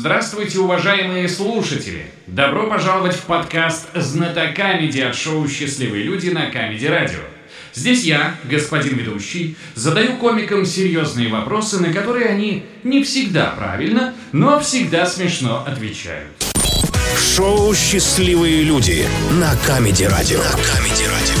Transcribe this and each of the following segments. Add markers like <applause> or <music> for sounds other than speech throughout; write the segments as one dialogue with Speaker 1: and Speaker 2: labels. Speaker 1: Здравствуйте, уважаемые слушатели! Добро пожаловать в подкаст «Знатокамеди» от шоу «Счастливые люди» на Камеди Радио. Здесь я, господин ведущий, задаю комикам серьезные вопросы, на которые они не всегда правильно, но всегда смешно отвечают.
Speaker 2: Шоу «Счастливые люди» на Камеди Радио. На Камеди Радио.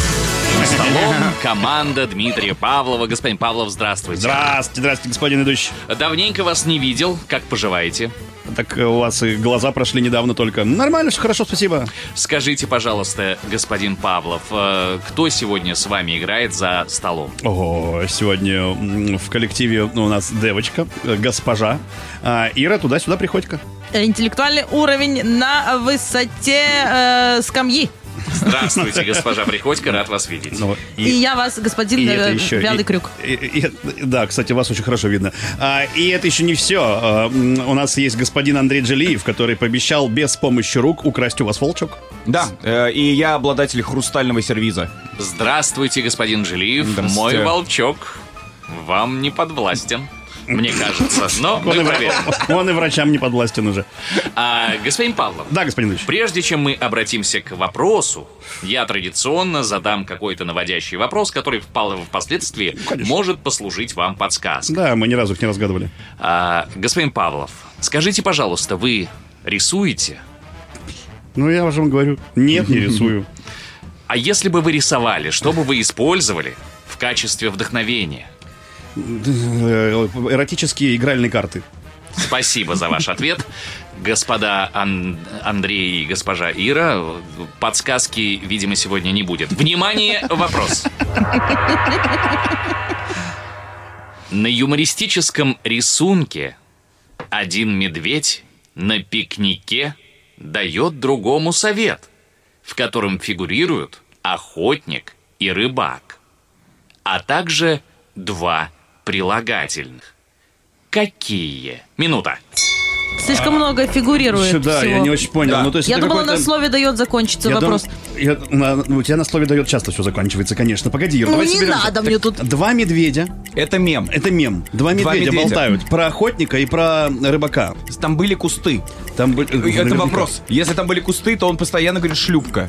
Speaker 3: За столом команда Дмитрия Павлова. Господин Павлов, здравствуйте.
Speaker 4: Здравствуйте, здравствуйте, господин идущий.
Speaker 3: Давненько вас не видел. Как поживаете?
Speaker 4: Так э, у вас и глаза прошли недавно только. Нормально, все хорошо, спасибо.
Speaker 3: Скажите, пожалуйста, господин Павлов, э, кто сегодня с вами играет за столом?
Speaker 4: Ого, сегодня м, в коллективе у нас девочка, э, госпожа. А, Ира, туда-сюда приходь-ка.
Speaker 5: Интеллектуальный уровень на высоте э, скамьи.
Speaker 4: <laughs>
Speaker 3: Здравствуйте, госпожа Приходько, рад вас видеть.
Speaker 4: Ну,
Speaker 5: И, я вас, господин
Speaker 4: и
Speaker 5: э,
Speaker 4: это еще,
Speaker 5: Вялый
Speaker 4: и-
Speaker 5: Крюк.
Speaker 4: и- и- да, кстати, вас очень хорошо видно. А, и это еще не все. А, м, у нас есть господин Андрей Джелиев, который пообещал без помощи рук украсть у вас волчок.
Speaker 6: Да, э, и я обладатель хрустального сервиза.
Speaker 3: Здравствуйте, господин Жилиев.
Speaker 6: Здравствуйте.
Speaker 3: Мой волчок вам не подвластен. Мне кажется, но мы
Speaker 4: Он и, вра-
Speaker 3: проверим.
Speaker 4: <laughs> он и врачам не подвластен уже.
Speaker 3: А, господин Павлов,
Speaker 4: Да, господин Ильич.
Speaker 3: Прежде чем мы обратимся к вопросу, я традиционно задам какой-то наводящий вопрос, который впал- впоследствии
Speaker 4: конечно.
Speaker 3: может послужить вам подсказкой.
Speaker 4: Да, мы ни разу их не разгадывали.
Speaker 3: А, господин Павлов, скажите, пожалуйста, вы рисуете?
Speaker 4: Ну, я уже вам говорю. Нет, не рисую.
Speaker 3: А если бы вы рисовали, что бы вы использовали в качестве вдохновения?
Speaker 4: Э, <laughs> Эротические игральные карты.
Speaker 3: Спасибо за ваш ответ. Господа Ан- Андрей и госпожа Ира, подсказки, видимо, сегодня не будет. Внимание, вопрос. На юмористическом рисунке один медведь на пикнике дает другому совет, в котором фигурируют охотник и рыбак, а также два прилагательных. Какие? Минута.
Speaker 5: Слишком много фигурирует
Speaker 4: Ещё, да,
Speaker 5: Ну, всего.
Speaker 4: А, я не очень понял.
Speaker 6: Да.
Speaker 4: Ну, то есть
Speaker 5: Я
Speaker 4: это
Speaker 5: думала, на
Speaker 4: какой-то-
Speaker 5: слове дает закончиться
Speaker 4: Я
Speaker 5: вопрос.
Speaker 4: дум- я- на- ну, у тебя на слове дает часто все заканчивается, конечно. Погоди, Ира,
Speaker 5: Ну,
Speaker 4: давай
Speaker 5: не
Speaker 4: соберемся.
Speaker 5: надо мне тут.
Speaker 4: Два медведя.
Speaker 6: Это мем.
Speaker 4: Это мем. Два медведя,
Speaker 6: Два медведя.
Speaker 4: болтают. Про охотника и про рыбака.
Speaker 6: Там были кусты.
Speaker 4: Там были-
Speaker 6: Это
Speaker 4: наверняка.
Speaker 6: вопрос. Если там были кусты, то он постоянно говорит шлюпка.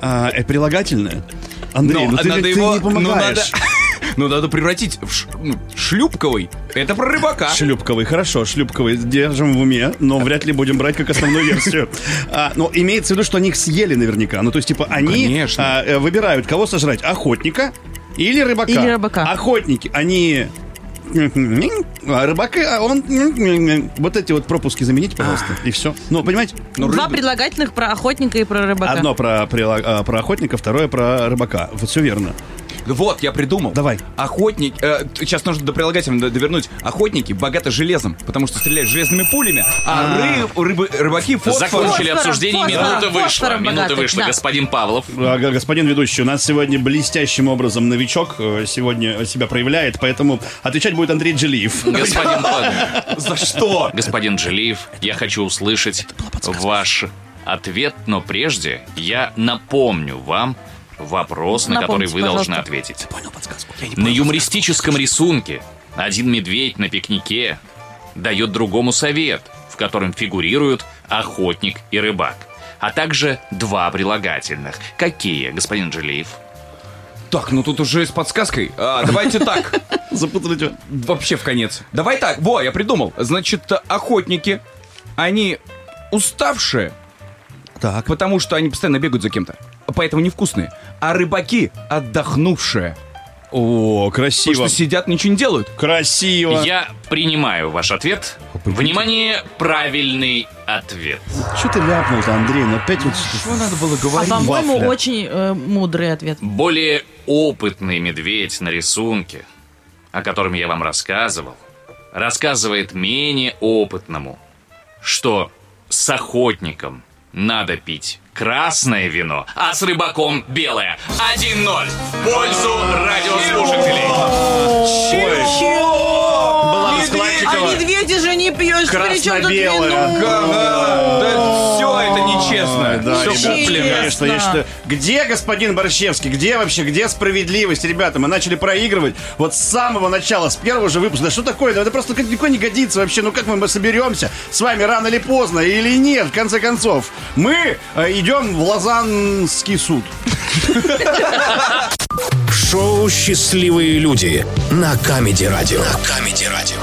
Speaker 4: А, э, прилагательное. Андрей,
Speaker 6: Но
Speaker 4: ну ты,
Speaker 6: надо
Speaker 4: ты
Speaker 6: его-
Speaker 4: не
Speaker 6: ну, надо-
Speaker 4: помогаешь.
Speaker 6: <laughs> Ну надо превратить в ш- ну, шлюпковый. Это про рыбака.
Speaker 4: Шлюпковый, хорошо, шлюпковый держим в уме, но вряд ли будем брать как основную версию. А, но имеется в виду, что они их съели наверняка. Ну, то есть, типа, они
Speaker 6: Конечно.
Speaker 4: а, э, выбирают, кого сожрать, охотника или рыбака.
Speaker 5: Или рыбака.
Speaker 4: Охотники, они... А рыбака, а он... Вот эти вот пропуски замените, пожалуйста,
Speaker 5: А.
Speaker 4: и все. Ну, понимаете?
Speaker 5: Два прилагательных про охотника и про рыбака.
Speaker 4: Одно про, прила- а, про охотника, второе про рыбака. Вот все верно.
Speaker 6: Вот, я придумал.
Speaker 4: Давай.
Speaker 6: Охотник. э, т- сейчас нужно до прилагательного до- довернуть. Охотники богаты железом, потому что стреляют железными пулями, а ры- рыбы- рыбаки фосфором.
Speaker 3: Закончили
Speaker 5: Фосфором,
Speaker 3: обсуждение,
Speaker 5: фосфором,
Speaker 3: минута вышла.
Speaker 5: фосфором
Speaker 3: Минута
Speaker 5: богатых,
Speaker 3: вышла,
Speaker 5: да.
Speaker 3: господин
Speaker 6: <laughs>
Speaker 3: Павлов.
Speaker 4: А, г- Господин ведущий, у нас сегодня блестящим образом новичок э, сегодня себя проявляет, поэтому отвечать будет Андрей <laughs> Джелиев.
Speaker 3: Господин Павлов.
Speaker 6: <laughs> За что?
Speaker 3: Господин Жилиев, я хочу услышать ваш ответ, но прежде я напомню вам вопрос, на который
Speaker 5: Напомните,
Speaker 3: вы должны
Speaker 5: пожалуйста.
Speaker 3: ответить. На юмористическом рисунке один медведь на пикнике дает другому совет, в котором фигурируют охотник и рыбак, а также два прилагательных. Какие, господин Жилиев?
Speaker 6: Так, ну тут уже с подсказкой. А, давайте так.
Speaker 4: Запутали тебя.
Speaker 6: Вообще в конец. Давай так, во, я придумал. Значит, охотники, они уставшие,
Speaker 4: Так.
Speaker 6: потому что они постоянно бегают за кем-то. Поэтому невкусные. А рыбаки отдохнувшие.
Speaker 4: О,
Speaker 6: Потому
Speaker 4: красиво.
Speaker 6: что сидят, ничего не делают.
Speaker 4: Красиво.
Speaker 3: Я принимаю ваш ответ. Внимание, правильный ответ.
Speaker 4: Что ты ляпнул-то, Андрей? Ну опять вот...
Speaker 6: надо было
Speaker 5: А
Speaker 6: говорить?
Speaker 5: по-моему,
Speaker 4: Вафля.
Speaker 5: очень э, мудрый ответ.
Speaker 3: Более опытный медведь на рисунке, о котором я вам рассказывал, рассказывает менее опытному, что с охотником надо пить красное вино, а с рыбаком белое. 1-0 в пользу радиослушателей.
Speaker 4: Ой,
Speaker 5: А медведи же не пьют Ой, что при чем тут
Speaker 4: красно-белое.
Speaker 5: вино?
Speaker 6: все это нечестно.
Speaker 4: Ой, да,
Speaker 6: Всё
Speaker 4: ребята,
Speaker 5: куплено.
Speaker 4: Конечно, я считаю, где господин Борщевский, где вообще, где справедливость, ребята, мы начали проигрывать вот с самого начала, с первого же выпуска, да что такое, да это просто как- никуда не годится вообще, ну как мы, мы соберемся с вами рано или поздно или нет, в конце концов, мы э, идем в Лазанский суд.
Speaker 2: Шоу «Счастливые люди» на Камеди Радио. На Камеди Радио.